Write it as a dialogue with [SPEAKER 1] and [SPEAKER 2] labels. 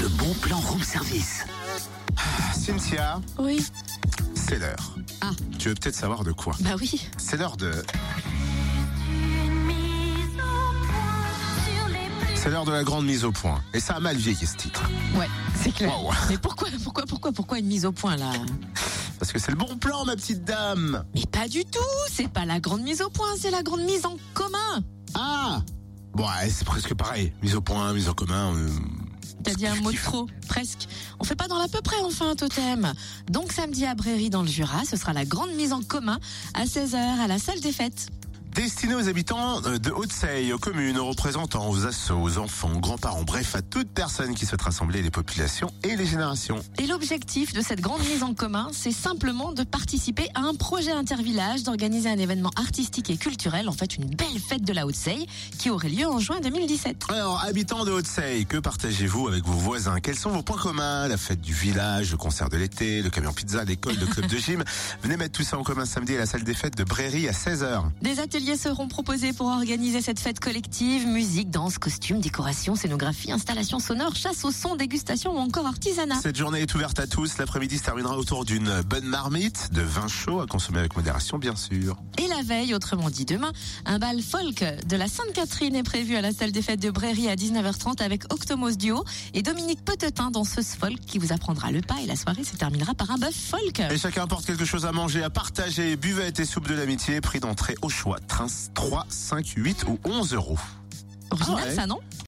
[SPEAKER 1] Le bon plan room service.
[SPEAKER 2] Cynthia,
[SPEAKER 3] Oui,
[SPEAKER 2] c'est l'heure.
[SPEAKER 3] Ah.
[SPEAKER 2] Tu veux peut-être savoir de quoi
[SPEAKER 3] bah oui.
[SPEAKER 2] C'est l'heure de. C'est l'heure de la grande mise au point. Et ça a mal vieilli ce titre.
[SPEAKER 3] Ouais, c'est clair.
[SPEAKER 2] Waouh.
[SPEAKER 3] Mais pourquoi, pourquoi, pourquoi, pourquoi une mise au point là
[SPEAKER 2] Parce que c'est le bon plan, ma petite dame.
[SPEAKER 3] Mais pas du tout, c'est pas la grande mise au point, c'est la grande mise en commun.
[SPEAKER 2] Ah Bon, ouais, c'est presque pareil. Mise au point, mise en commun. euh,
[SPEAKER 3] T'as dit un mot de
[SPEAKER 2] subjectif.
[SPEAKER 3] trop, presque. On fait pas dans l'à peu près, enfin, un totem. Donc samedi à Bréry dans le Jura, ce sera la grande mise en commun à 16h à la salle des fêtes.
[SPEAKER 2] Destiné aux habitants euh, de Haute-Seille, aux communes, aux représentants, aux assos, aux enfants, aux grands-parents, bref, à toute personne qui souhaite rassembler les populations et les générations.
[SPEAKER 3] Et l'objectif de cette grande mise en commun, c'est simplement de participer à un projet intervillage, d'organiser un événement artistique et culturel, en fait une belle fête de la Haute-Seille, qui aurait lieu en juin 2017.
[SPEAKER 2] Alors, habitants de Haute-Seille, que partagez-vous avec vos voisins Quels sont vos points communs La fête du village, le concert de l'été, le camion pizza, l'école, le club de gym. Venez mettre tout ça en commun samedi à la salle des fêtes de Bréry à 16h.
[SPEAKER 3] Des ateliers seront proposés pour organiser cette fête collective. Musique, danse, costumes, décoration, scénographie, installation sonore, chasse au son, dégustation ou encore artisanat.
[SPEAKER 2] Cette journée est ouverte à tous. L'après-midi se terminera autour d'une bonne marmite, de vin chaud à consommer avec modération, bien sûr.
[SPEAKER 3] Et la veille, autrement dit demain, un bal folk de la Sainte-Catherine est prévu à la salle des fêtes de Bréry à 19h30 avec Octomos Duo et Dominique Petetin, danseuse folk, qui vous apprendra le pas et la soirée se terminera par un bœuf folk.
[SPEAKER 2] Et chacun apporte quelque chose à manger, à partager. Buvette et soupe de l'amitié, prix d'entrée au choix. 3, 5, 8 ou 11 euros.
[SPEAKER 3] Original
[SPEAKER 2] Ah ouais.
[SPEAKER 3] ça, non